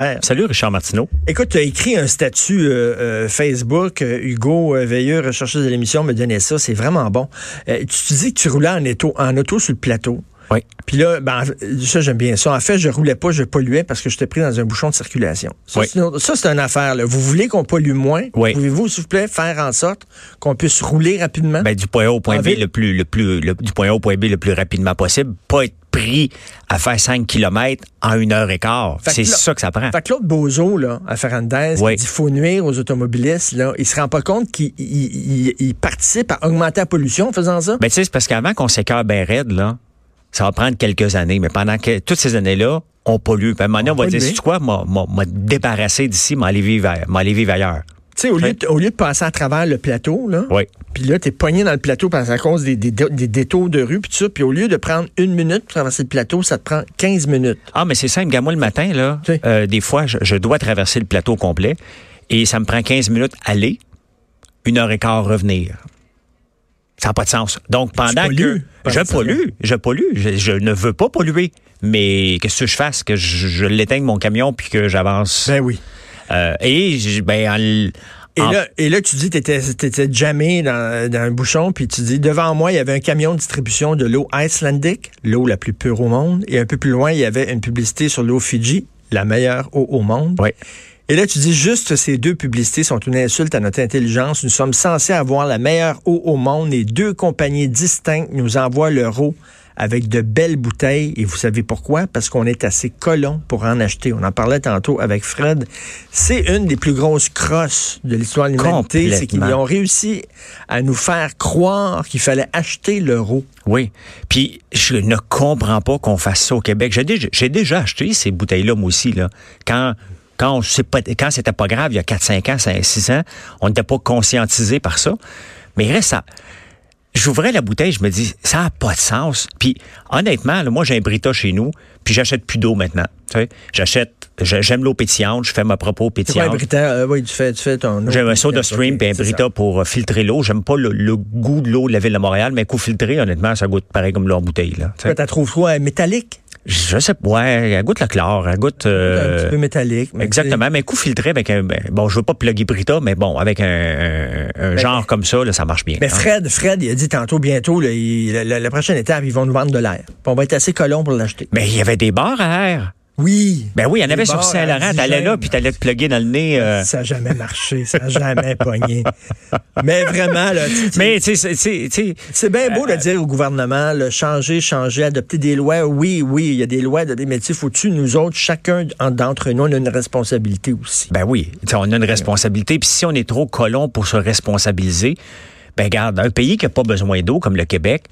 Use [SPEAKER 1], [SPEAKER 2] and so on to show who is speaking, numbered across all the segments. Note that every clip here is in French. [SPEAKER 1] Hey,
[SPEAKER 2] Salut Richard Martineau.
[SPEAKER 1] écoute, tu as écrit un statut euh, euh, Facebook. euh, Hugo euh, Veilleux, rechercheur de l'émission, me donnait ça. C'est vraiment bon. Euh, tu te dis que tu roulais en auto, en auto sur le plateau.
[SPEAKER 2] Oui.
[SPEAKER 1] Puis là, ben, en- ça, j'aime bien ça. En fait, je roulais pas, je polluais parce que j'étais pris dans un bouchon de circulation. Ça,
[SPEAKER 2] Oui.
[SPEAKER 1] c'est une, autre- ça, c'est une affaire. là. Vous voulez qu'on pollue moins?
[SPEAKER 2] Oui.
[SPEAKER 1] Pouvez-vous, s'il vous plaît, faire en sorte qu'on puisse rouler rapidement?
[SPEAKER 2] Ben, du point A au point
[SPEAKER 1] En
[SPEAKER 2] B
[SPEAKER 1] ville.
[SPEAKER 2] le plus, le plus, le- du point A au point B le plus rapidement possible. Pas être pris à faire 5 km en une heure et quart.
[SPEAKER 1] Fait que
[SPEAKER 2] C'est
[SPEAKER 1] là-
[SPEAKER 2] ça que ça prend.
[SPEAKER 1] Fait que l'autre bozo, là, à Ferrandez,
[SPEAKER 2] Oui.
[SPEAKER 1] qui dit faut nuire aux automobilistes, là, il se rend pas compte qu'il il- il- il participe à augmenter la pollution en faisant ça?
[SPEAKER 2] Ben, tu sais, c'est parce qu'avant qu'on s'écœure bien raide, là, ça va prendre quelques années. Mais pendant que toutes ces années-là, on pollue. Ben, à un moment donné, on va
[SPEAKER 1] pollue.
[SPEAKER 2] dire, c'est quoi, m'a m'a- m'a débarrassé d'ici, m'a aller vivre, ailleurs- m'en aller vivre ailleurs.
[SPEAKER 1] Tu sais, au, lieu de- au lieu de passer à travers le plateau, là,
[SPEAKER 2] Oui.
[SPEAKER 1] puis là, t'es pogné dans le plateau parce à cause des, des, des détours de rue, puis tout ça, puis au lieu de prendre une minute pour traverser le plateau, ça te prend 15 minutes.
[SPEAKER 2] Ah, mais c'est simple. gars, Moi, le matin, là,
[SPEAKER 1] Oui.
[SPEAKER 2] euh, des fois, je, je dois traverser le plateau au complet et ça me prend 15 minutes aller, une heure et quart revenir. Ça n'a pas de sens. Donc, pendant
[SPEAKER 1] pollues,
[SPEAKER 2] que
[SPEAKER 1] pendant
[SPEAKER 2] je
[SPEAKER 1] que ça va.
[SPEAKER 2] pollue, je pollue, je, je ne veux pas polluer. Mais qu'est-ce que je fasse? Que je, je l'éteigne mon camion puis que j'avance.
[SPEAKER 1] oui.
[SPEAKER 2] Euh, et j'ai- ben, en l-
[SPEAKER 1] Ben Et,
[SPEAKER 2] en-
[SPEAKER 1] là, et là, tu dis, t'étais étais jamais dans, dans un bouchon, puis tu dis, devant moi, il y avait un camion de distribution de l'eau Icelandic, l'eau la plus pure au monde, et un peu plus loin, il y avait une publicité sur l'eau Fidji, la meilleure eau au monde.
[SPEAKER 2] Ouais.
[SPEAKER 1] Et là, tu dis juste ces deux publicités sont une insulte à notre intelligence. Nous sommes censés avoir la meilleure eau au monde et deux compagnies distinctes nous envoient leur eau avec de belles bouteilles. Et vous savez pourquoi? Parce qu'on est assez colons pour en acheter. On en parlait tantôt avec Fred. C'est une des plus grosses crosses de l'histoire de l'humanité. C'est qu'ils
[SPEAKER 2] Complètement.
[SPEAKER 1] ont réussi à nous faire croire qu'il fallait acheter leur eau.
[SPEAKER 2] Oui. Puis je ne comprends pas qu'on fasse ça au Québec. J'ai déjà, j'ai déjà acheté ces bouteilles-là, moi aussi, là. Quand. Quand on sait pas- quand c'était pas grave, il y a 4, 5 ans, 5, 6 ans, on n'était pas conscientisé par ça. Mais il reste ça. J'ouvrais la bouteille, je me dis, ça n'a pas de sens. Puis honnêtement, là, moi, j'ai un Brita chez nous, puis j'achète plus d'eau maintenant. Tu sais, J'achète, j'a- j'aime l'eau pétillante, je fais ma propos
[SPEAKER 1] C'est quoi, un
[SPEAKER 2] pétillante.
[SPEAKER 1] Britannique? Euh, oui, tu fais, tu fais ton eau.
[SPEAKER 2] J'ai un soda stream
[SPEAKER 1] Ok,
[SPEAKER 2] puis un
[SPEAKER 1] c'est ça.
[SPEAKER 2] Brita pour euh, filtrer l'eau. J'aime pas le, le goût de l'eau de la ville de Montréal, mais co-filtré, honnêtement, ça goûte pareil comme l'eau en bouteille. Là, tu sais.
[SPEAKER 1] Pourquoi T'as trop froid, euh, métallique?
[SPEAKER 2] Je sais pas. Ouais, elle goûte le chlore, elle goûte.
[SPEAKER 1] Un
[SPEAKER 2] euh,
[SPEAKER 1] petit peu métallique. mais
[SPEAKER 2] exactement. Mais coup filtré avec un. ben, Bon, je veux pas plugger Brita, mais bon, avec un, un- un genre comme ça, là, ça marche bien.
[SPEAKER 1] Mais
[SPEAKER 2] hein.
[SPEAKER 1] Ben, Fred, Fred, il a dit tantôt, bientôt, là, il- la, la- la prochaine étape, ils vont nous vendre de l'air. Puis on va être assez colons pour l'acheter.
[SPEAKER 2] Mais il y avait des bars à air.
[SPEAKER 1] Oui.
[SPEAKER 2] Ben oui, il y en
[SPEAKER 1] Des
[SPEAKER 2] avait sur
[SPEAKER 1] bars
[SPEAKER 2] Saint-Laurent. T'allais là,
[SPEAKER 1] indigènes.
[SPEAKER 2] puis t'allais te plugger dans le nez. euh,
[SPEAKER 1] Ça n'a jamais marché, ça n'a jamais pogné. Mais vraiment, là, tu- tu-
[SPEAKER 2] Mais, tu sais, c'est- c'est- tu sais,
[SPEAKER 1] c'est bien beau de dire au gouvernement, là, changer, changer, adopter des lois. Oui, oui, il y a des lois, des métiers. Faut-tu, nous autres, chacun d'entre nous, on a une responsabilité aussi.
[SPEAKER 2] ben oui, tu sais, on a une responsabilité. Puis si on est trop colon pour se responsabiliser, ben regarde, un pays qui n'a pas besoin d'eau comme le Québec,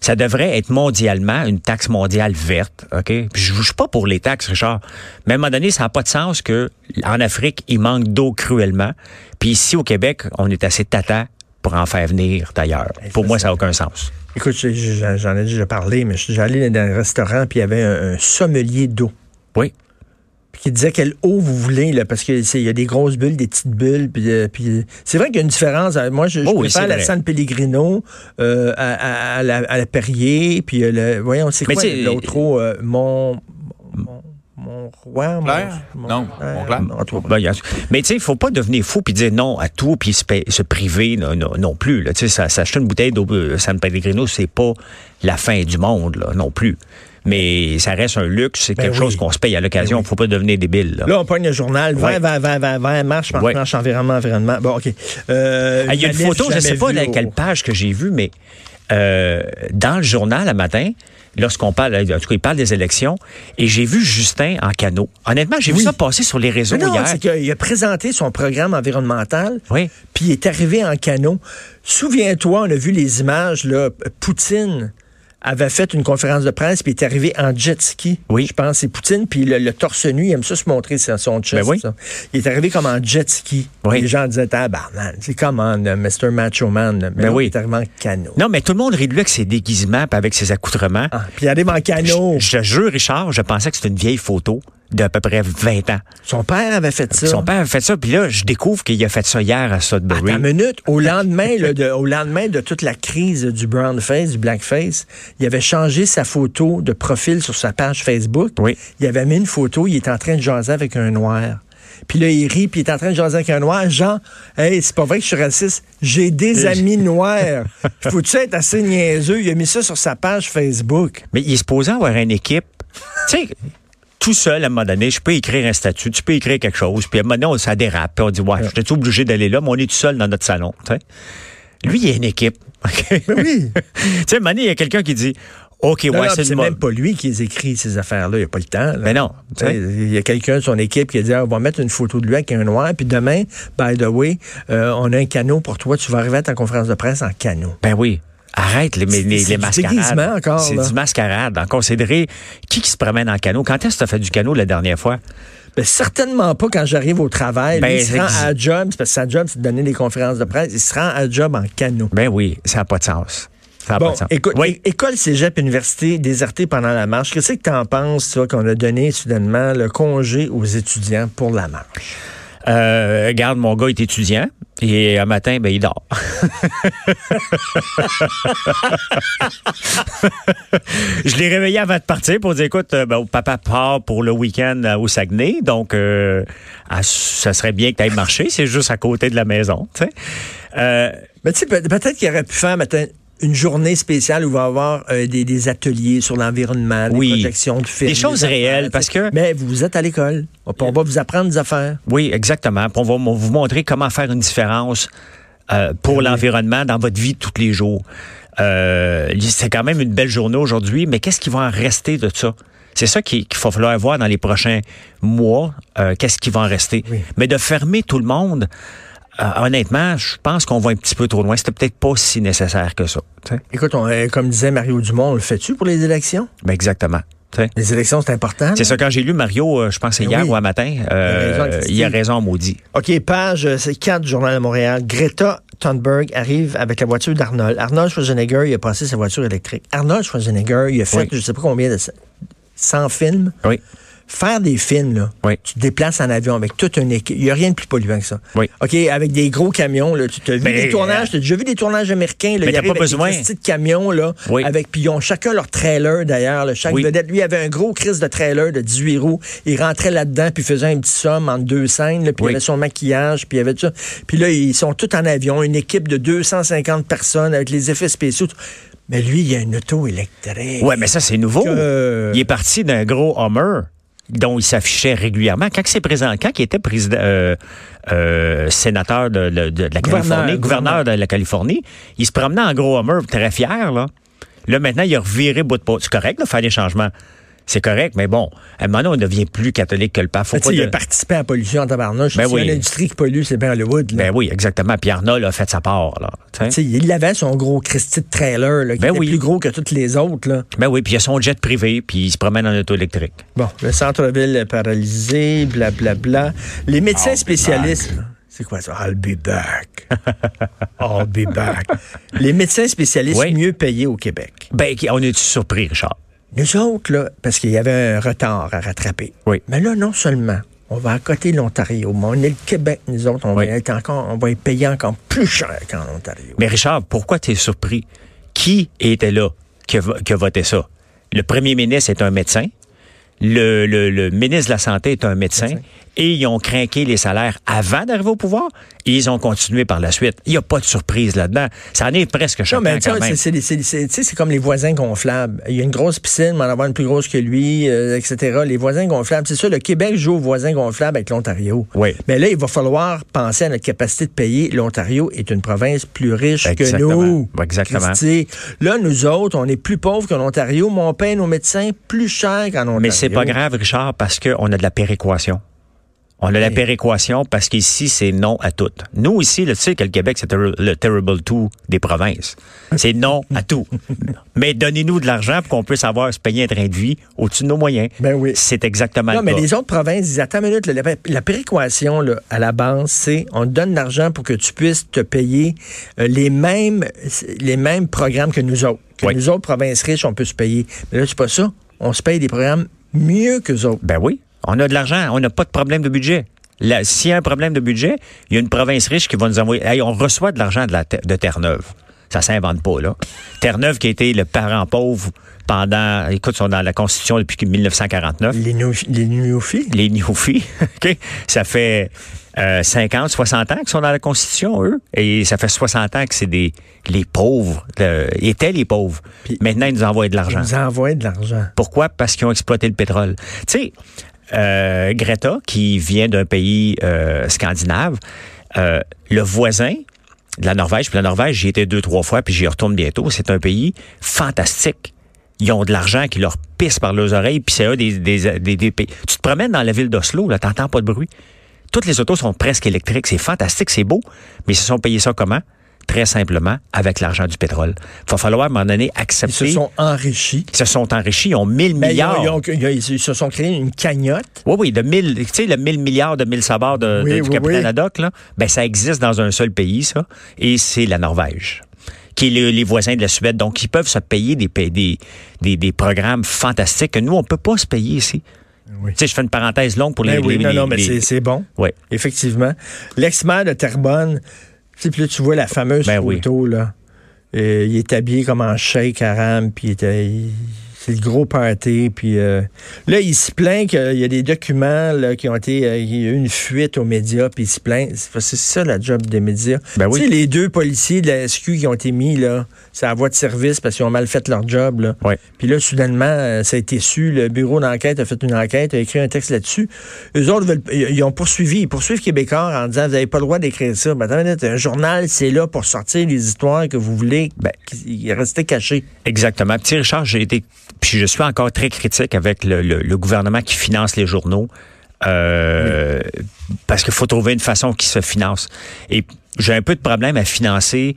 [SPEAKER 2] ça devrait être mondialement une taxe mondiale verte, OK? Puis je ne suis pas pour les taxes, Richard. Mais à un moment donné, ça n'a pas de sens que en Afrique, il manque d'eau cruellement. Puis ici, au Québec, on est assez tata pour en faire venir d'ailleurs. Pour moi, ça n'a aucun sens.
[SPEAKER 1] Écoute, j'ai- j'ai- j'en ai déjà parlé, mais je suis allé dans un restaurant, puis il y avait un- un sommelier d'eau.
[SPEAKER 2] Oui.
[SPEAKER 1] puis qui disait quelle eau vous voulez, là, parce qu'il y a des grosses bulles, des petites bulles. Puis, euh, puis- c'est vrai qu'il y a une différence. Euh, Moi, je, je
[SPEAKER 2] Oh oui,
[SPEAKER 1] préfère
[SPEAKER 2] c'est
[SPEAKER 1] la
[SPEAKER 2] vrai.
[SPEAKER 1] San Pellegrino euh, à, à- à la, à la Perrier, puis euh, le, voyons, c'est
[SPEAKER 2] Mais
[SPEAKER 1] quoi
[SPEAKER 2] tu sais,
[SPEAKER 1] l'autre eau? euh, mon, mon, mon roi? Mon,
[SPEAKER 3] Claire? Non, Montclair.
[SPEAKER 1] en tout cas,
[SPEAKER 2] Ben, y a- mais tu sais, il faut pas devenir fou puis dire non à tout puis se, pa- se priver non, non- non plus. là. Tu sais, ça- s'acheter une bouteille d'eau euh, San Pellegrino, c'est pas la fin du monde là, non plus. Mais ça reste un luxe, c'est quelque
[SPEAKER 1] Ben oui.
[SPEAKER 2] chose qu'on se paye à l'occasion. Faut pas devenir débile. Là.
[SPEAKER 1] Là, on pogne le journal. 20,
[SPEAKER 2] Ouais.
[SPEAKER 1] 20, 20, 20, 20, marche, marche,
[SPEAKER 2] Ouais.
[SPEAKER 1] marche, environnement, environnement. Bon, OK. Euh,
[SPEAKER 2] Ah, Il y a une
[SPEAKER 1] manif
[SPEAKER 2] photo, je
[SPEAKER 1] jamais
[SPEAKER 2] sais pas
[SPEAKER 1] vue
[SPEAKER 2] dans
[SPEAKER 1] au-
[SPEAKER 2] quelle page que j'ai vue, mais euh, dans le journal le matin, lorsqu'on parle, en tout cas, il parle des élections, et j'ai vu Justin en canot. Honnêtement, j'ai
[SPEAKER 1] Oui.
[SPEAKER 2] vu ça passer sur les réseaux
[SPEAKER 1] Mais non,
[SPEAKER 2] hier.
[SPEAKER 1] c'est qu'il a présenté son programme environnemental,
[SPEAKER 2] Oui.
[SPEAKER 1] puis il est arrivé en canot. Souviens-toi, on a vu les images, là, P- Poutine avait fait une conférence de presse, puis est arrivé en jet ski.
[SPEAKER 2] Oui.
[SPEAKER 1] Je pense, c'est Poutine, puis le, le torse nu, il aime ça se montrer c'est son chest.
[SPEAKER 2] Ben oui.
[SPEAKER 1] ça. Il est arrivé comme en jet ski.
[SPEAKER 2] Oui.
[SPEAKER 1] Les gens disaient, ah, ben, man, c'est comme en Mr. Macho Man. Mais
[SPEAKER 2] Ben
[SPEAKER 1] non,
[SPEAKER 2] oui.
[SPEAKER 1] Il est arrivé en canot.
[SPEAKER 2] Non, mais tout le monde rit de lui avec ses déguisements puis avec ses accoutrements.
[SPEAKER 1] Ah, puis il arrive en canot.
[SPEAKER 2] Je, je te jure, Richard, je pensais que c'était une vieille photo d'à peu près 20 ans.
[SPEAKER 1] Son père avait fait ça.
[SPEAKER 2] Son père a fait ça, puis là, je découvre qu'il a fait ça hier à Sudbury.
[SPEAKER 1] Bah, Attends une minute, au lendemain, là, de, au lendemain de toute la crise du brown face, du blackface, il avait changé sa photo de profil sur sa page Facebook.
[SPEAKER 2] Oui.
[SPEAKER 1] Il avait mis une photo, il est en train de jaser avec un noir. Puis là, il rit, puis il est en train de jaser avec un noir. Genre, hey, c'est pas vrai que je suis raciste. J'ai des amis noirs. Faut-tu être assez niaiseux? Il a mis ça sur sa page Facebook.
[SPEAKER 2] Mais il est supposé avoir une équipe. tu sais, tout seul, à un moment donné, je peux écrire un statut, tu peux écrire quelque chose, puis à un moment donné, on- ça dérape, puis on dit,
[SPEAKER 1] Ah.
[SPEAKER 2] ouais, j'étais obligé d'aller là, mais on est tout seul dans notre salon. tu sais. Lui, il y a une équipe. OK?
[SPEAKER 1] Ben oui.
[SPEAKER 2] tu sais, à un moment donné, il y a quelqu'un qui dit, OK,
[SPEAKER 1] Non,
[SPEAKER 2] ouais,
[SPEAKER 1] non,
[SPEAKER 2] c'est
[SPEAKER 1] c'est
[SPEAKER 2] une mo-
[SPEAKER 1] même pas lui qui les écrit, ces affaires-là. Il n'y a pas le temps. là.
[SPEAKER 2] Mais non. tu
[SPEAKER 1] Tu sais,
[SPEAKER 2] sais.
[SPEAKER 1] Il y a quelqu'un de son équipe qui a dit Ah, on va mettre une photo de lui avec un noir, puis demain, by the way, euh, on a un canot pour toi, tu vas arriver à ta conférence de presse en canot.
[SPEAKER 2] Ben oui. Arrête les,
[SPEAKER 1] C'est-
[SPEAKER 2] les, les
[SPEAKER 1] c'est du
[SPEAKER 2] mascarades.
[SPEAKER 1] déguisement encore,
[SPEAKER 2] C'est
[SPEAKER 1] là.
[SPEAKER 2] du mascarade. En considérer qui qui se promène en canot. Quand est-ce que tu as fait du canot la dernière fois?
[SPEAKER 1] Ben, certainement pas quand j'arrive au travail.
[SPEAKER 2] Ben,
[SPEAKER 1] Lui, il se
[SPEAKER 2] c'est
[SPEAKER 1] rend
[SPEAKER 2] ex-
[SPEAKER 1] à la job, c'est parce que sa job, c'est de donner des conférences de presse. Il se rend à la job en canot.
[SPEAKER 2] Ben oui, ça n'a pas de sens. Ah, ben, Ça n'a pas
[SPEAKER 1] Bon,
[SPEAKER 2] de sens.
[SPEAKER 1] écoute,
[SPEAKER 2] oui.
[SPEAKER 1] é- école, cégep, université, désertée pendant la marche. Qu'est-ce que t'en penses, toi, qu'on a donné soudainement le congé aux étudiants pour la marche?
[SPEAKER 2] Euh, regarde, mon gars est étudiant et un matin, ben, il dort. je l'ai réveillé avant de partir pour dire, écoute, euh, ben, papa part pour le week-end euh, au Saguenay, donc euh, ah, ça serait bien que tu ailles marcher, c'est juste à côté de la maison. tu sais. Euh,
[SPEAKER 1] Mais tu sais, peut- peut-être qu'il aurait pu faire matin une journée spéciale où il va y avoir euh, des, des ateliers sur l'environnement, des
[SPEAKER 2] Oui.
[SPEAKER 1] projections de films.
[SPEAKER 2] Des choses réelles,
[SPEAKER 1] tu sais.
[SPEAKER 2] parce que-
[SPEAKER 1] Mais vous êtes à l'école. On, on va vous apprendre des affaires.
[SPEAKER 2] Oui, exactement. Puis On va m- vous montrer comment faire une différence euh,
[SPEAKER 1] Ah
[SPEAKER 2] pour l'environnement dans votre vie de tous les jours. Euh, c'est quand même une belle journée aujourd'hui, mais qu'est-ce qui va en rester de ça? C'est ça qui- qu'il va falloir voir dans les prochains mois, euh, qu'est-ce qui va en rester. Mais de fermer tout le monde, euh, honnêtement, je pense qu'on va un petit peu trop loin. C'était peut-être pas si nécessaire que ça. tu sais.
[SPEAKER 1] Écoute, on, euh, comme disait Mario Dumont, on le fait-tu pour les élections?
[SPEAKER 2] Ben exactement. tu sais.
[SPEAKER 1] Les élections, c'est important. là.
[SPEAKER 2] C'est ça, quand j'ai lu Mario, euh, je pense que c'est
[SPEAKER 1] Ben
[SPEAKER 2] hier
[SPEAKER 1] oui.
[SPEAKER 2] ou à matin,
[SPEAKER 1] a raison,
[SPEAKER 2] euh,
[SPEAKER 1] Christine.
[SPEAKER 2] il a raison, maudit.
[SPEAKER 1] OK, page euh, c'est 4 du Journal de Montréal. Greta Thunberg arrive avec la voiture d'Arnold. Arnold Schwarzenegger, il a passé sa voiture électrique. Arnold Schwarzenegger, il a fait
[SPEAKER 2] Oui.
[SPEAKER 1] je sais pas combien de 100 films.
[SPEAKER 2] Oui.
[SPEAKER 1] Faire des films, là,
[SPEAKER 2] Oui.
[SPEAKER 1] tu te déplaces en avion avec toute une équipe. Il n'y a rien de plus polluant que ça.
[SPEAKER 2] Oui.
[SPEAKER 1] OK, avec des gros camions, là, tu as vu
[SPEAKER 2] Mais,
[SPEAKER 1] des tournages, tu as déjà vu des tournages américains. Là,
[SPEAKER 2] Mais
[SPEAKER 1] il
[SPEAKER 2] t'as
[SPEAKER 1] arrive
[SPEAKER 2] pas
[SPEAKER 1] avec des
[SPEAKER 2] besoin.
[SPEAKER 1] petits camions, là,
[SPEAKER 2] Oui.
[SPEAKER 1] avec, puis ils ont chacun leur trailer, d'ailleurs. là. Chaque
[SPEAKER 2] Oui.
[SPEAKER 1] vedette, lui, avait un gros crise de trailer de 18 roues. Il rentrait là-dedans, puis faisait un petit somme entre deux scènes, là, puis
[SPEAKER 2] Oui.
[SPEAKER 1] il avait son maquillage, puis il y avait tout ça. Puis là, ils sont tous en avion, une équipe de 250 personnes avec les effets spéciaux. tout. Mais lui, il a une auto électrique.
[SPEAKER 2] Ouais, mais ça, c'est nouveau.
[SPEAKER 1] Que-
[SPEAKER 2] Il est parti d'un gros Hummer dont il s'affichait régulièrement. Quand il s'est présent, quand il était président, euh, euh, sénateur de, de- de la
[SPEAKER 1] Gouverneur,
[SPEAKER 2] Californie,
[SPEAKER 1] gouverneur.
[SPEAKER 2] gouverneur de la Californie, il se promenait en gros Hummer très fier, là. Là, maintenant, il a reviré bout de pot. C'est correct de faire des changements. C'est correct, mais bon, à un moment donné, on devient plus catholique que le pape. Faut
[SPEAKER 1] Mais tu
[SPEAKER 2] pas
[SPEAKER 1] sais, il
[SPEAKER 2] de-
[SPEAKER 1] a participé à la pollution en tabarnouche.
[SPEAKER 2] Ben
[SPEAKER 1] C'est
[SPEAKER 2] oui.
[SPEAKER 1] une industrie qui pollue, c'est bien Hollywood. Là.
[SPEAKER 2] Ben oui, exactement. Puis Arnold a fait sa part, là. tu sais.
[SPEAKER 1] Tu sais, il avait son gros Christy de trailer, là, qui
[SPEAKER 2] Ben
[SPEAKER 1] était
[SPEAKER 2] oui.
[SPEAKER 1] plus gros que toutes les autres. Là.
[SPEAKER 2] Ben oui, puis il a son jet privé, puis il se promène en auto électrique.
[SPEAKER 1] Bon, le centre-ville est paralysé, blablabla. Les médecins spécialistes. C'est quoi ça? I'll be back. I'll be back. Les médecins spécialistes
[SPEAKER 2] Oui.
[SPEAKER 1] mieux payés au Québec.
[SPEAKER 2] Ben, on est surpris, Richard.
[SPEAKER 1] Nous autres, là, parce qu'il y avait un retard à rattraper.
[SPEAKER 2] Oui.
[SPEAKER 1] Mais là, non seulement on va à côté de l'Ontario, mais on est le Québec, nous autres, on,
[SPEAKER 2] Oui.
[SPEAKER 1] va être encore, on va être payé encore plus cher qu'en Ontario.
[SPEAKER 2] Mais Richard, pourquoi tu es surpris? Qui était là qui a, vo- qui a voté ça? Le premier ministre est un médecin. Le, le- le ministre de la Santé est un médecin. Et ils ont craqué les salaires avant d'arriver au pouvoir. Et ils ont continué par la suite. Il n'y a pas de surprise là-dedans. Ça en est presque
[SPEAKER 1] Non,
[SPEAKER 2] choquant
[SPEAKER 1] mais tu
[SPEAKER 2] quand même.
[SPEAKER 1] sais, c'est- c'est- c'est- c'est- tu sais, c'est comme les voisins gonflables. Il y a une grosse piscine, mais en avoir une plus grosse que lui, euh, etc. Les voisins gonflables, c'est ça, le Québec joue aux voisins gonflables avec l'Ontario.
[SPEAKER 2] Oui.
[SPEAKER 1] Mais là, il va falloir penser à notre capacité de payer. L'Ontario est une province plus riche
[SPEAKER 2] Exactement.
[SPEAKER 1] que nous.
[SPEAKER 2] Exactement.
[SPEAKER 1] Christy, là, nous autres, on est plus pauvres que l'Ontario, mais on paye nos médecins plus cher qu'en Ontario.
[SPEAKER 2] Mais c'est pas grave, Richard, parce qu'on a de la péréquation. On a la péréquation parce qu'ici, c'est non à tout. Nous, ici, là, tu sais que le Québec, c'est terri- le terrible tout des provinces. C'est non à tout. Mais donnez-nous de l'argent pour qu'on puisse avoir, se payer un train de vie au-dessus de nos moyens.
[SPEAKER 1] Ben oui.
[SPEAKER 2] C'est exactement
[SPEAKER 1] Non,
[SPEAKER 2] le
[SPEAKER 1] mais
[SPEAKER 2] cas.
[SPEAKER 1] les autres provinces disent, attends une minute, là, la, la péréquation là, à la base, c'est on te donne l'argent pour que tu puisses te payer euh, les mêmes les mêmes programmes que nous autres. Que
[SPEAKER 2] Oui.
[SPEAKER 1] nous autres provinces riches, on peut se payer. Mais là, c'est pas ça. On se paye des programmes mieux que autres.
[SPEAKER 2] Ben oui, on a de l'argent, on n'a pas de problème de budget. Là, S'il y a un problème de budget, il y a une province riche qui va nous envoyer. Hey, on reçoit de l'argent de, la Ter- de Terre-Neuve. Ça s'invente pas, là. Terre-Neuve qui a été le parent pauvre pendant. Écoute, ils sont dans la Constitution depuis 1949.
[SPEAKER 1] Les, nou- les néophytes.
[SPEAKER 2] Les Newfies, OK? Ça fait euh, 50, 60 ans qu'ils sont dans la Constitution, eux. Et ça fait 60 ans que c'est des les pauvres, euh, étaient les pauvres. Maintenant, ils nous envoient de l'argent.
[SPEAKER 1] nous envoient de l'argent.
[SPEAKER 2] Pourquoi? Parce qu'ils ont exploité le pétrole. Tu sais, euh, Greta, qui vient d'un pays euh, scandinave, euh, le voisin de la Norvège, puis la Norvège, j'y étais deux, trois fois, puis j'y retourne bientôt, c'est un pays fantastique. Ils ont de l'argent qui leur pisse par leurs oreilles, puis c'est eux des, des, des, des pays. Tu te promènes dans la ville d'Oslo, là, t'entends pas de bruit. Toutes les autos sont presque électriques. C'est fantastique, c'est beau. Mais ils se sont payés ça comment? Très simplement, avec l'argent du pétrole. Il va falloir, à un moment donné,
[SPEAKER 1] Ils
[SPEAKER 2] accepter
[SPEAKER 1] se sont enrichis.
[SPEAKER 2] qui se sont enrichis, ils ont 1000
[SPEAKER 1] Ben, ils,
[SPEAKER 2] milliards.
[SPEAKER 1] ont- ils ont- ils ont- ils se sont créés une cagnotte.
[SPEAKER 2] Oui, oui, de 1000, tu sais, le 1000 milliards de 1000 sabards de,
[SPEAKER 1] Oui,
[SPEAKER 2] de- du
[SPEAKER 1] oui,
[SPEAKER 2] capitaine
[SPEAKER 1] oui.
[SPEAKER 2] Haddock, là, ben, ça existe dans un seul pays, ça, et c'est la Norvège, qui est le- les voisins de la Suède. Donc, ils peuvent se payer des, pa- des, des, des programmes fantastiques que nous, on peut pas se payer ici. Tu sais, je fais une parenthèse longue pour les...
[SPEAKER 1] Ben oui,
[SPEAKER 2] les-
[SPEAKER 1] non,
[SPEAKER 2] les-
[SPEAKER 1] non, mais
[SPEAKER 2] les-
[SPEAKER 1] c'est- c'est bon.
[SPEAKER 2] Ouais.
[SPEAKER 1] Effectivement. L'ex-maire de Terrebonne, tu sais, puis là, tu vois la fameuse
[SPEAKER 2] Ben oui.
[SPEAKER 1] photo, là. Euh, il est habillé comme en sheik haram, puis il était- il- c'est le gros party, puis euh, là, il se plaint qu'il y a des documents là, qui ont été... euh, il y a eu une fuite aux médias, puis il se plaint. C'est parce que c'est ça, la job des médias.
[SPEAKER 2] Ben oui.
[SPEAKER 1] Tu sais, les deux policiers de la SQ qui ont été mis, là, c'est à voie de service parce qu'ils ont mal fait leur job, là.
[SPEAKER 2] Ouais.
[SPEAKER 1] Puis là, soudainement, euh, ça a été su. Le bureau d'enquête a fait une enquête, a écrit un texte là-dessus. Eux autres, veulent- ils ils ont poursuivi. Ils poursuivent Québécois en disant, vous n'avez pas le droit d'écrire ça. Ben, attends une minute, un journal, c'est là pour sortir les histoires que vous voulez
[SPEAKER 2] Ben,
[SPEAKER 1] qui restaient cachées.
[SPEAKER 2] Exactement. Petit Richard, j'ai été, puis je suis encore très critique avec le, le- le gouvernement qui finance les journaux, euh, parce qu'il faut trouver une façon qui se finance. Et j'ai un peu de problème à financer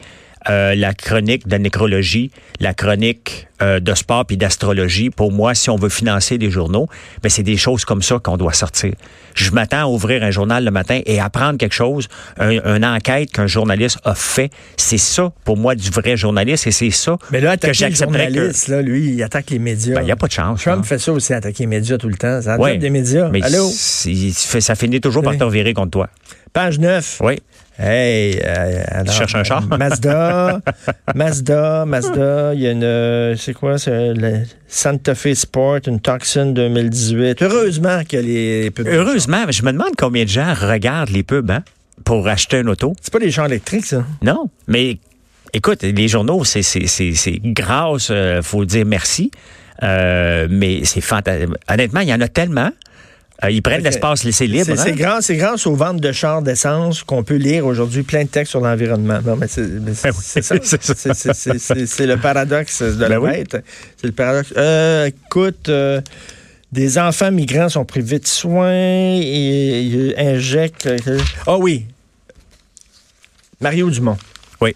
[SPEAKER 2] euh, la chronique de nécrologie, la chronique euh, de sport puis d'astrologie. Pour moi, si on veut financer des journaux, mais c'est des choses comme ça qu'on doit sortir. Je m'attends à ouvrir un journal le matin et apprendre quelque chose, un- une enquête qu'un journaliste a fait. C'est ça, pour moi, du vrai journaliste et c'est ça
[SPEAKER 1] Mais là,
[SPEAKER 2] que
[SPEAKER 1] attaquer les
[SPEAKER 2] j'accepterais que.
[SPEAKER 1] journalistes, là, lui, il attaque les médias.
[SPEAKER 2] Ben, il n'y a pas de chance.
[SPEAKER 1] Trump
[SPEAKER 2] là.
[SPEAKER 1] fait ça aussi, attaquer les médias tout le temps. Ça
[SPEAKER 2] Ouais.
[SPEAKER 1] attaque des médias.
[SPEAKER 2] Mais
[SPEAKER 1] Allô?
[SPEAKER 2] c'est- il fait- ça finit toujours par
[SPEAKER 1] Oui.
[SPEAKER 2] te revirer contre toi.
[SPEAKER 1] Page 9.
[SPEAKER 2] Oui.
[SPEAKER 1] Hey, euh, alors,
[SPEAKER 2] cherches un char?
[SPEAKER 1] Mazda, Mazda, Mazda, il y a une, euh, c'est quoi, c'est le Santa Fe Sport, une Toxin 2018. Heureusement que les pubs-
[SPEAKER 2] Heureusement, mais je me demande combien de gens regardent les pubs hein, pour acheter une auto.
[SPEAKER 1] C'est pas des chars électriques, ça.
[SPEAKER 2] Non, mais écoute, les journaux, c'est c'est- c'est- c'est grâce, euh, faut dire merci, Euh, mais c'est fantastique. Honnêtement, il y en a tellement. Euh, ils prennent
[SPEAKER 1] Fait que
[SPEAKER 2] l'espace laissé libre.
[SPEAKER 1] C'est c'est
[SPEAKER 2] hein.
[SPEAKER 1] grâce, c'est grâce aux ventes de chars d'essence qu'on peut lire aujourd'hui plein de textes sur l'environnement. Non, mais c'est mais c'est-
[SPEAKER 2] Ben oui,
[SPEAKER 1] c'est ça.
[SPEAKER 2] c'est ça.
[SPEAKER 1] C'est- c'est- c'est- c'est- C'est le paradoxe de la
[SPEAKER 2] Ben oui.
[SPEAKER 1] bête. C'est le paradoxe. Euh, écoute, euh, des enfants migrants sont privés de soins et ils injectent. Ah oui. Mario Dumont.
[SPEAKER 2] Oui.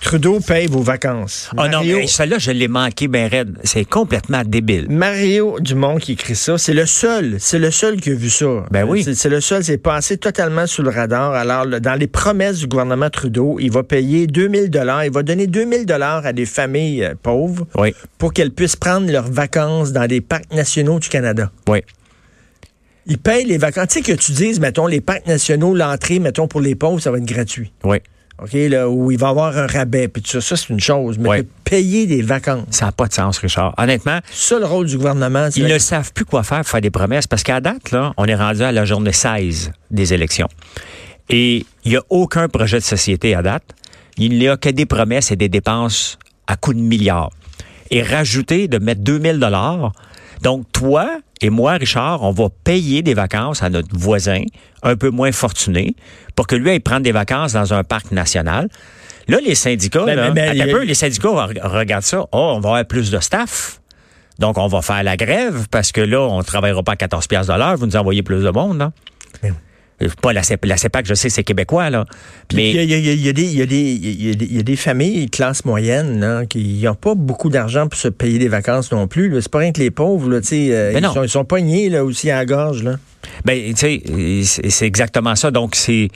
[SPEAKER 1] Trudeau paye vos vacances.
[SPEAKER 2] Ah non,
[SPEAKER 1] Mario-
[SPEAKER 2] mais celle-là, je l'ai manqué bien raide. C'est complètement débile.
[SPEAKER 1] Mario Dumont qui écrit ça, c'est le seul, c'est le seul qui a vu ça.
[SPEAKER 2] Ben oui.
[SPEAKER 1] C'est, c'est le seul, c'est passé totalement sous le radar. Alors, le- dans les promesses du gouvernement Trudeau, il va payer 2000 dollars, il va donner 2000 dollars à des familles euh, pauvres
[SPEAKER 2] Oui,
[SPEAKER 1] pour qu'elles puissent prendre leurs vacances dans les parcs nationaux du Canada.
[SPEAKER 2] oui.
[SPEAKER 1] Il paye les vacances. Tu sais que tu dises, mettons, les parcs nationaux, l'entrée, mettons, pour les pauvres, ça va être gratuit.
[SPEAKER 2] Oui.
[SPEAKER 1] OK, là, où il va avoir un rabais, puis tout ça, ça, c'est une chose. Mais
[SPEAKER 2] Oui.
[SPEAKER 1] de payer des vacances,
[SPEAKER 2] Ça n'a pas de sens, Richard. Honnêtement,
[SPEAKER 1] ça, le rôle du gouvernement, c'est
[SPEAKER 2] ils
[SPEAKER 1] la-
[SPEAKER 2] ne savent plus quoi faire pour faire des promesses parce qu'à date, là, on est rendu à la journée 16 des élections. Et il n'y a aucun projet de société à date. Il n'y a que des promesses et des dépenses à coups de milliards. Et rajouter de mettre 2000 dollars. Donc, toi et moi, Richard, on va payer des vacances à notre voisin un peu moins fortuné pour que lui aille prendre des vacances dans un parc national. Là, les syndicats,
[SPEAKER 1] Ben,
[SPEAKER 2] là,
[SPEAKER 1] ben, ben,
[SPEAKER 2] attends
[SPEAKER 1] il y a-
[SPEAKER 2] un peu, les syndicats re- regardent ça. Oh, on va avoir plus de staff. Donc, on va faire la grève parce que là, on ne travaillera pas à 14 piastres de l'heure. Vous nous envoyez plus de monde, non? Euh, Pas la, CEP- la CEPAC, je sais, c'est québécois, là.
[SPEAKER 1] Il y a-
[SPEAKER 2] Mais
[SPEAKER 1] il y a- il y a- il y a des- il y a des- il y a des- il y a des familles classe moyenne là, qui n'ont pas beaucoup d'argent pour se payer des vacances non plus. là. C'est pas rien que les pauvres, là, tu sais, euh,
[SPEAKER 2] Ben
[SPEAKER 1] ils,
[SPEAKER 2] non.
[SPEAKER 1] sont, ils sont pognés là, aussi à la gorge. Là.
[SPEAKER 2] ben, tu sais, euh, c'est c'est exactement ça. Donc, c'est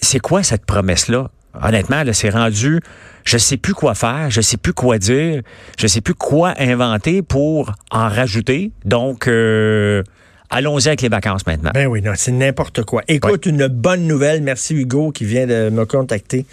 [SPEAKER 2] c'est quoi cette promesse-là? Honnêtement, là, c'est rendu, je sais plus quoi faire, je sais plus quoi dire, je sais plus quoi inventer pour en rajouter. Donc, euh, allons-y avec les vacances maintenant.
[SPEAKER 1] Ben oui, non, c'est n'importe quoi. Écoute, une bonne nouvelle. Merci Hugo qui vient de me contacter.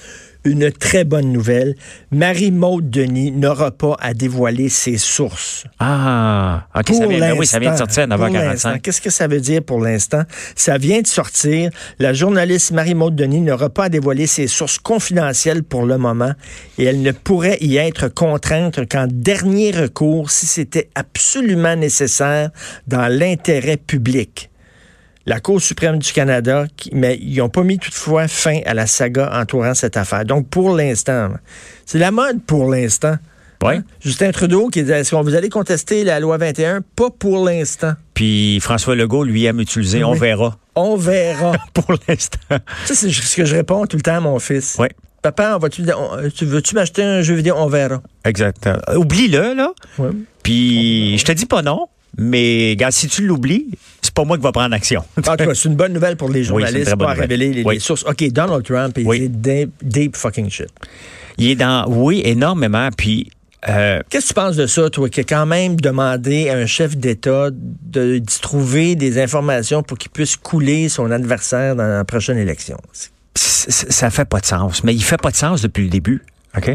[SPEAKER 1] Une très bonne nouvelle. Marie-Maude Denis n'aura pas à dévoiler ses sources.
[SPEAKER 2] Ah, OK, ça vient, ben oui, ça vient de sortir à
[SPEAKER 1] pour l'instant.
[SPEAKER 2] 9h45.
[SPEAKER 1] Qu'est-ce que ça veut dire pour l'instant? Ça vient de sortir. La journaliste Marie-Maude Denis n'aura pas à dévoiler ses sources confidentielles pour le moment et elle ne pourrait y être contrainte qu'en dernier recours si c'était absolument nécessaire dans l'intérêt public. La Cour suprême du Canada, qui- mais ils n'ont pas mis toutefois fin à la saga entourant cette affaire. Donc, pour l'instant, c'est la mode pour l'instant.
[SPEAKER 2] Ouais.
[SPEAKER 1] Justin Trudeau qui dit Est-ce qu'on vous allez contester la loi 21 Pas pour l'instant.
[SPEAKER 2] Puis François Legault, lui, aime utiliser, on
[SPEAKER 1] Oui.
[SPEAKER 2] verra
[SPEAKER 1] On verra.
[SPEAKER 2] pour l'instant.
[SPEAKER 1] ça, c'est ce que je réponds tout le temps à mon fils.
[SPEAKER 2] Oui,
[SPEAKER 1] Papa, on va-tu- on- tu veux-tu m'acheter un jeu vidéo On verra.
[SPEAKER 2] exact. Euh, Oublie-le, là.
[SPEAKER 1] Ouais.
[SPEAKER 2] Puis je te dis pas non, mais gars, si tu l'oublies, c'est pas moi qui va prendre action.
[SPEAKER 1] En tout cas, c'est une bonne nouvelle pour les
[SPEAKER 2] Oui, c'est une
[SPEAKER 1] journalistes,
[SPEAKER 2] très bonne
[SPEAKER 1] pas à
[SPEAKER 2] nouvelle.
[SPEAKER 1] révéler les,
[SPEAKER 2] Oui.
[SPEAKER 1] les sources. OK, Donald Trump, il
[SPEAKER 2] Oui.
[SPEAKER 1] dit deep, deep fucking shit.
[SPEAKER 2] Il est dans, oui, énormément. Puis euh,
[SPEAKER 1] Qu'est-ce que tu penses de ça, toi, qui a quand même demandé à un chef d'État de- d'y trouver des informations pour qu'il puisse couler son adversaire dans la prochaine élection?
[SPEAKER 2] c- c- ça fait pas de sens. Mais il fait pas de sens depuis le début. OK?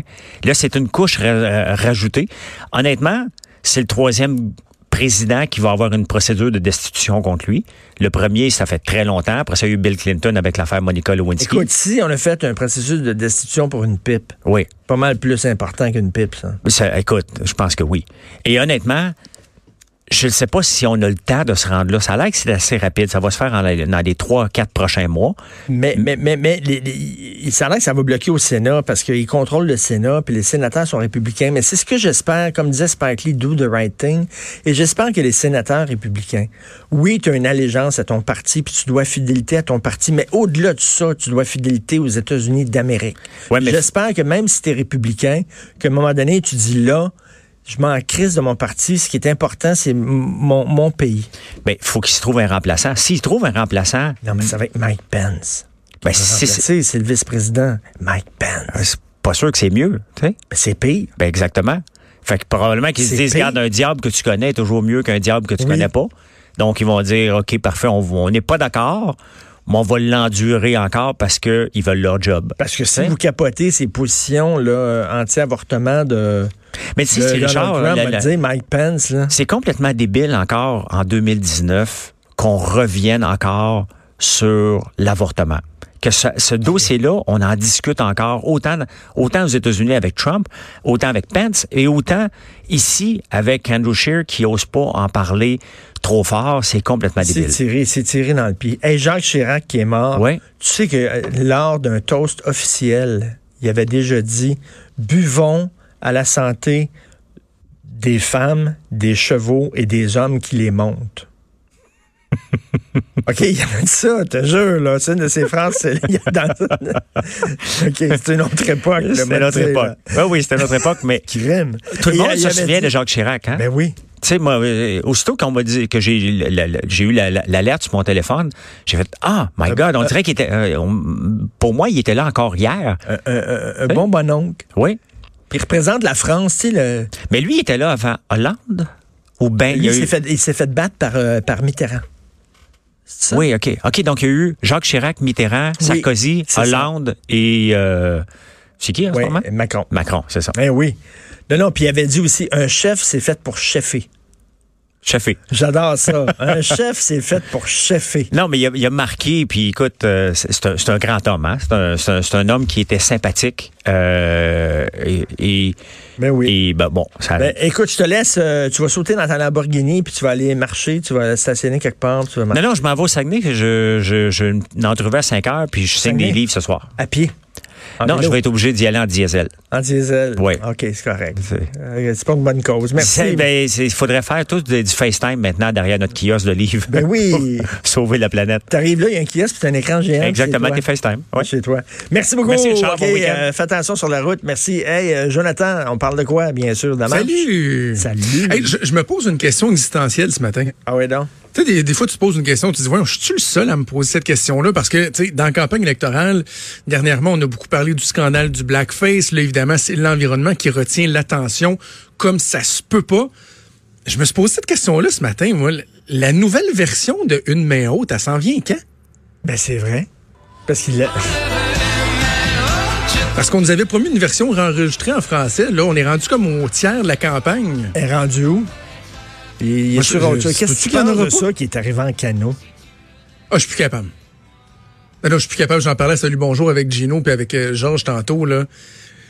[SPEAKER 2] Là, c'est une couche ra- euh, rajoutée. Honnêtement, c'est le troisième président qui va avoir une procédure de destitution contre lui. Le premier, ça fait très longtemps. Après ça, il y a eu Bill Clinton avec l'affaire Monica Lewinsky.
[SPEAKER 1] Écoute, si on a fait un processus de destitution pour une pipe,
[SPEAKER 2] Oui.
[SPEAKER 1] pas mal plus important qu'une pipe, ça.
[SPEAKER 2] Ça- écoute, je pense que oui. Et honnêtement, je ne sais pas si on a le temps de se rendre là. Ça a l'air que c'est assez rapide. Ça va se faire en- dans les trois, quatre prochains mois.
[SPEAKER 1] Mais, mais, mais, mais les- les- il- ça a l'air que ça va bloquer au Sénat parce qu'ils contrôlent le Sénat, puis les sénateurs sont républicains. Mais c'est ce que j'espère, comme disait Spike Lee, do the right thing. Et j'espère que les sénateurs républicains, oui, tu as une allégeance à ton parti, puis tu dois fidélité à ton parti, mais au-delà de ça, tu dois fidélité aux États-Unis d'Amérique.
[SPEAKER 2] Ouais, mais-
[SPEAKER 1] J'espère que même si tu es républicain, qu'à un moment donné, tu dis là, je m'en crise de mon parti, ce qui est important, c'est m- mon, mon pays.
[SPEAKER 2] Ben, il faut qu'il se trouve un remplaçant. S'il trouve un remplaçant,
[SPEAKER 1] Non, mais ça va être Mike Pence.
[SPEAKER 2] ben, si-
[SPEAKER 1] C'est,
[SPEAKER 2] c'est
[SPEAKER 1] c'est, le vice-président, Mike Pence.
[SPEAKER 2] c'est pas sûr que c'est mieux. tu sais.
[SPEAKER 1] Ben, c'est pire.
[SPEAKER 2] Ben, exactement. Fait que probablement qu'ils se
[SPEAKER 1] C'est
[SPEAKER 2] disent,
[SPEAKER 1] pire.
[SPEAKER 2] regarde, un diable que tu connais est toujours mieux qu'un diable que tu
[SPEAKER 1] Oui.
[SPEAKER 2] connais pas. Donc, ils vont dire, OK, parfait, on on n'est pas d'accord, mais on va l'endurer encore parce qu'ils veulent leur job.
[SPEAKER 1] Parce que si
[SPEAKER 2] Hein?
[SPEAKER 1] vous capotez ces positions là, euh, anti-avortement de,
[SPEAKER 2] Mais tu sais,
[SPEAKER 1] de
[SPEAKER 2] c'est
[SPEAKER 1] Donald
[SPEAKER 2] Richard,
[SPEAKER 1] Trump,
[SPEAKER 2] la-
[SPEAKER 1] va
[SPEAKER 2] la-
[SPEAKER 1] dire Mike Pence, là.
[SPEAKER 2] C'est complètement débile encore en 2019 qu'on revienne encore sur l'avortement. Que ce, ce dossier-là, on en discute encore autant, autant aux États-Unis avec Trump, autant avec Pence et autant ici avec Andrew Scheer qui n'ose pas en parler trop fort. C'est complètement
[SPEAKER 1] c'est
[SPEAKER 2] débile.
[SPEAKER 1] tiré, c'est tiré dans le pied. Hey, Jacques Chirac qui est mort,
[SPEAKER 2] Ouais.
[SPEAKER 1] tu sais que euh, lors d'un toast officiel, il avait déjà dit buvons à la santé des femmes, des chevaux et des hommes qui les montent. OK, il avait dit ça, je te jure, là. C'est une de ces phrases. c'est- il y a dans- OK, c'est une autre époque. là,
[SPEAKER 2] C'était
[SPEAKER 1] moi,
[SPEAKER 2] notre
[SPEAKER 1] tu sais,
[SPEAKER 2] époque.
[SPEAKER 1] là.
[SPEAKER 2] Oui, Ben oui, c'était notre époque, mais
[SPEAKER 1] Crime.
[SPEAKER 2] tout le
[SPEAKER 1] Et
[SPEAKER 2] monde
[SPEAKER 1] il
[SPEAKER 2] se
[SPEAKER 1] avait
[SPEAKER 2] souvient
[SPEAKER 1] dit-
[SPEAKER 2] de Jacques Chirac. Hein?
[SPEAKER 1] Ben oui.
[SPEAKER 2] Tu sais, moi, euh, aussitôt qu'on m'a dit que j'ai eu la- la- la- j'ai eu la- la- l'alerte sur mon téléphone, j'ai fait Ah, my God, on dirait qu'il était. euh, on- pour moi, il était là encore hier.
[SPEAKER 1] Un, un- un- un bon bononcle.
[SPEAKER 2] Oui.
[SPEAKER 1] Il représente la France, tu sais, le...
[SPEAKER 2] Mais lui, il était là avant Hollande ou ben
[SPEAKER 1] Lui,
[SPEAKER 2] il y
[SPEAKER 1] il
[SPEAKER 2] a
[SPEAKER 1] s'est
[SPEAKER 2] eu-
[SPEAKER 1] fait, il s'est fait battre par, euh, par Mitterrand. C'est ça?
[SPEAKER 2] Oui, OK. OK, donc il y a eu Jacques Chirac, Mitterrand,
[SPEAKER 1] Oui,
[SPEAKER 2] Sarkozy,
[SPEAKER 1] c'est ça.
[SPEAKER 2] Hollande et. euh, c'est qui en
[SPEAKER 1] Oui,
[SPEAKER 2] ce moment?
[SPEAKER 1] Macron.
[SPEAKER 2] Macron, c'est ça.
[SPEAKER 1] Ben oui. Non, non, puis il avait dit aussi, un chef, c'est fait pour cheffer.
[SPEAKER 2] Chefé.
[SPEAKER 1] J'adore ça. un chef, c'est fait pour cheffer.
[SPEAKER 2] Non, mais il a, il a marqué, puis écoute, euh, c'est c'est un, c'est un grand homme, hein? C'est un, c'est un- c'est un homme qui était sympathique. euh, et, et-
[SPEAKER 1] Ben oui.
[SPEAKER 2] et, ben, bon, ça
[SPEAKER 1] Ben, écoute, je te laisse, euh, tu vas sauter dans ta Lamborghini, puis tu vas aller marcher, tu vas stationner quelque part, tu vas marcher
[SPEAKER 2] Non, non, je m'en vais au Saguenay. Je, je, je, j'ai une entrevue à 5 heures, puis je signe
[SPEAKER 1] Saguenay? Ah, ben
[SPEAKER 2] des livres ce soir.
[SPEAKER 1] à pied. En
[SPEAKER 2] non,
[SPEAKER 1] vélo.
[SPEAKER 2] je vais être obligé d'y aller en diesel.
[SPEAKER 1] En diesel?
[SPEAKER 2] Oui.
[SPEAKER 1] OK, c'est correct.
[SPEAKER 2] C'est-
[SPEAKER 1] Euh, C'est pas une bonne cause. Merci.
[SPEAKER 2] Il ben, faudrait faire tout de- du FaceTime maintenant derrière notre kiosque de livres.
[SPEAKER 1] Ben oui.
[SPEAKER 2] pour sauver la planète.
[SPEAKER 1] T'arrives là, il y a un kiosque, puis t'as un écran géant.
[SPEAKER 2] Exactement,
[SPEAKER 1] chez
[SPEAKER 2] t'es
[SPEAKER 1] toi.
[SPEAKER 2] FaceTime. Ouais.
[SPEAKER 1] Chez toi. Merci beaucoup.
[SPEAKER 2] Merci, Richard. Bon
[SPEAKER 1] OK,
[SPEAKER 2] week-end.
[SPEAKER 1] euh, fais attention sur la route. Merci. Hey, euh, Jonathan, on parle de quoi, bien sûr, de la marche?
[SPEAKER 4] Salut!
[SPEAKER 1] Salut.
[SPEAKER 4] Hey, je, je me pose une question existentielle ce matin.
[SPEAKER 1] Ah oui, donc.
[SPEAKER 4] Tu sais, des, des fois, tu te poses une question, tu te dis, voyons, je suis le seul à me poser cette question-là? Parce que, tu sais, dans la campagne électorale, dernièrement, on a beaucoup parlé du scandale du blackface. Là, évidemment, c'est l'environnement qui retient l'attention comme ça se peut pas. Je me suis posé cette question-là ce matin, moi. La nouvelle version de Une main haute, elle s'en vient quand?
[SPEAKER 1] Ben c'est vrai. Parce qu'il l'a.
[SPEAKER 4] Parce qu'on nous avait promis une version enregistrée en français. Là, on est rendu comme au tiers de la campagne.
[SPEAKER 1] est rendu où? Il, il est
[SPEAKER 4] Moi,
[SPEAKER 1] sur
[SPEAKER 4] je-
[SPEAKER 1] autre
[SPEAKER 4] je-
[SPEAKER 1] chose. Qu'est-ce que
[SPEAKER 4] peux-tu
[SPEAKER 1] tu
[SPEAKER 4] qu'il y en
[SPEAKER 1] penses
[SPEAKER 4] aura
[SPEAKER 1] de
[SPEAKER 4] pas?
[SPEAKER 1] ça qui est arrivé en canot?
[SPEAKER 4] Ah, je suis plus capable. Ah non, je suis plus capable. J'en parlais à Salut Bonjour avec Gino puis avec euh, Georges tantôt. Là.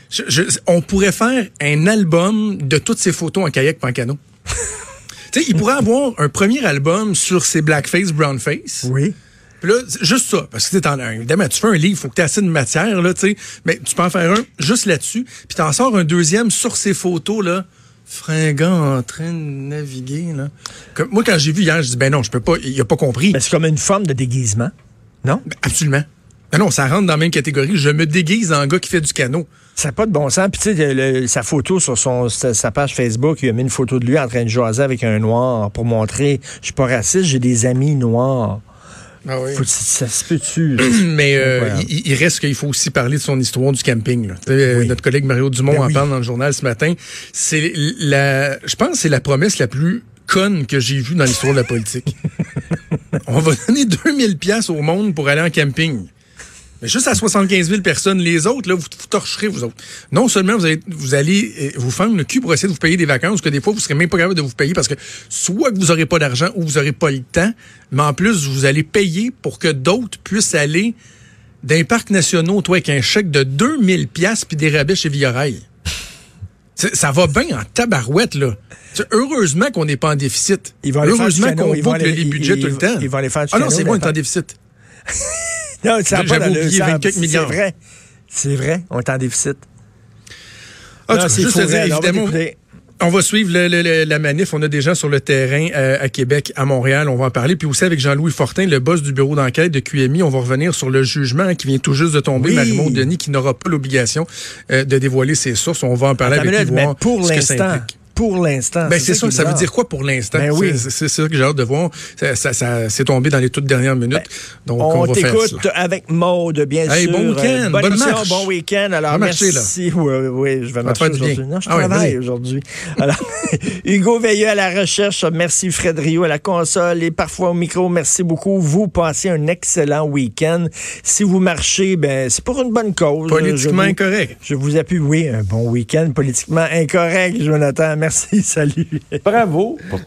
[SPEAKER 4] Je- je- on pourrait faire un album de toutes ces photos en kayak pancano. tu sais, il pourrait avoir un premier album sur ces blackface, brownface.
[SPEAKER 1] Oui.
[SPEAKER 4] Puis là, c'est juste ça, parce que tu sais, t'en as un. Évidemment, tu fais un livre, faut que tu aies assez de matière, là, tu sais. Mais tu peux en faire un juste là-dessus, puis t'en sors un deuxième sur ces photos, là, fringant en train de naviguer, là. Comme, moi, quand j'ai vu hier, je dis, ben non, je peux pas, il a pas compris.
[SPEAKER 1] Ben, c'est comme une forme de déguisement. Non?
[SPEAKER 4] Absolument. Ben non, ça rentre dans la même catégorie. Je me déguise en gars qui fait du canot.
[SPEAKER 1] Ça n'a pas de bon sens. Puis tu sais, le- le- sa photo sur son, sa, sa page Facebook, il a mis une photo de lui en train de jaser avec un noir pour montrer je suis pas raciste, j'ai des amis noirs.
[SPEAKER 4] Ah oui.
[SPEAKER 1] Faut- ça se peut-tu?
[SPEAKER 4] Mais euh,
[SPEAKER 1] Incroyable.
[SPEAKER 4] il, il reste qu'il faut aussi parler de son histoire du camping. là. Tu sais, euh, Notre collègue Mario Dumont
[SPEAKER 1] Ben
[SPEAKER 4] en
[SPEAKER 1] oui.
[SPEAKER 4] parle dans le journal ce matin. C'est la, je pense, que c'est la promesse la plus conne que j'ai vue dans l'histoire de la politique. On va donner 2000 pièces au monde pour aller en camping. Mais juste à 75 000 personnes, les autres, là, vous, vous torcherez, vous autres. Non seulement vous, allez- vous allez euh, vous faire le cul pour essayer de vous payer des vacances, que des fois, vous serez même pas capable de vous payer parce que soit que vous aurez pas d'argent ou vous aurez pas le temps, mais en plus, vous allez payer pour que d'autres puissent aller dans les parcs nationaux, toi, avec un chèque de 2000 pièces puis des rabais chez Villorel. C'est- Ça va bien en tabarouette, là. Tu sais, heureusement qu'on n'est pas en déficit.
[SPEAKER 1] Ils vont aller faire du
[SPEAKER 4] heureusement
[SPEAKER 1] canot,
[SPEAKER 4] qu'on
[SPEAKER 1] ils vont
[SPEAKER 4] boucle
[SPEAKER 1] aller-
[SPEAKER 4] les
[SPEAKER 1] ils-
[SPEAKER 4] budgets
[SPEAKER 1] ils-
[SPEAKER 4] tout le temps.
[SPEAKER 1] ils vont aller faire du
[SPEAKER 4] Ah non,
[SPEAKER 1] canot
[SPEAKER 4] c'est
[SPEAKER 1] dans
[SPEAKER 4] bon, on
[SPEAKER 1] les
[SPEAKER 4] est en
[SPEAKER 1] parcs.
[SPEAKER 4] déficit.
[SPEAKER 1] Non, ça a
[SPEAKER 4] J'avais
[SPEAKER 1] d'allure.
[SPEAKER 4] oublié
[SPEAKER 1] Ça a-
[SPEAKER 4] 24 milliards.
[SPEAKER 1] C'est vrai. C'est vrai. On est en déficit.
[SPEAKER 4] Ah,
[SPEAKER 1] Non,
[SPEAKER 4] tu
[SPEAKER 1] c'est
[SPEAKER 4] veux juste
[SPEAKER 1] faux,
[SPEAKER 4] te dire,
[SPEAKER 1] Red. On va
[SPEAKER 4] évidemment,
[SPEAKER 1] t'écouter.
[SPEAKER 4] on va suivre le- le- le- la manif. On a des gens sur le terrain euh, à Québec, à Montréal. On va en parler. Puis aussi avec Jean-Louis Fortin, le boss du bureau d'enquête de QMI. On va revenir sur le jugement qui vient tout juste de tomber.
[SPEAKER 1] Oui.
[SPEAKER 4] Marie-Maud Denis qui n'aura pas l'obligation euh, de dévoiler ses sources. On va en parler
[SPEAKER 1] Attends une
[SPEAKER 4] avec
[SPEAKER 1] minute,
[SPEAKER 4] lui,
[SPEAKER 1] mais
[SPEAKER 4] voir
[SPEAKER 1] pour
[SPEAKER 4] ce que ça
[SPEAKER 1] l'instant.
[SPEAKER 4] implique.
[SPEAKER 1] Pour l'instant.
[SPEAKER 4] Ben, c'est ça,
[SPEAKER 1] qui est
[SPEAKER 4] ça veut
[SPEAKER 1] bizarre.
[SPEAKER 4] dire quoi pour l'instant?
[SPEAKER 1] Ben oui.
[SPEAKER 4] C'est- C'est c'est ça que j'ai hâte de voir. Ça, ça- ça s'est tombé dans les toutes dernières minutes. Donc, on,
[SPEAKER 1] Ben, On
[SPEAKER 4] va faire cela.
[SPEAKER 1] t'écoute avec Maude, bien
[SPEAKER 4] Hey,
[SPEAKER 1] sûr.
[SPEAKER 4] bon week-end,
[SPEAKER 1] Euh,
[SPEAKER 4] bonne
[SPEAKER 1] émission,
[SPEAKER 4] marche.
[SPEAKER 1] Bon week-end. Alors,
[SPEAKER 4] Va marcher,
[SPEAKER 1] merci. Oui, oui, oui, je vais
[SPEAKER 4] te
[SPEAKER 1] marcher
[SPEAKER 4] faire du bien.
[SPEAKER 1] aujourd'hui. Non, je
[SPEAKER 4] Ah oui,
[SPEAKER 1] travaille
[SPEAKER 4] vas-y.
[SPEAKER 1] aujourd'hui. Alors, Hugo Veilleux à la recherche. Merci, Fred Rio à la console et parfois au micro. Merci beaucoup. Vous passez un excellent week-end. Si vous marchez, ben, c'est pour une bonne cause. euh,
[SPEAKER 4] Politiquement
[SPEAKER 1] Je vous-
[SPEAKER 4] incorrect.
[SPEAKER 1] Je vous appuie. Oui, un bon week-end. Politiquement incorrect, Jonathan. Merci. Salut.
[SPEAKER 5] Bravo pour ton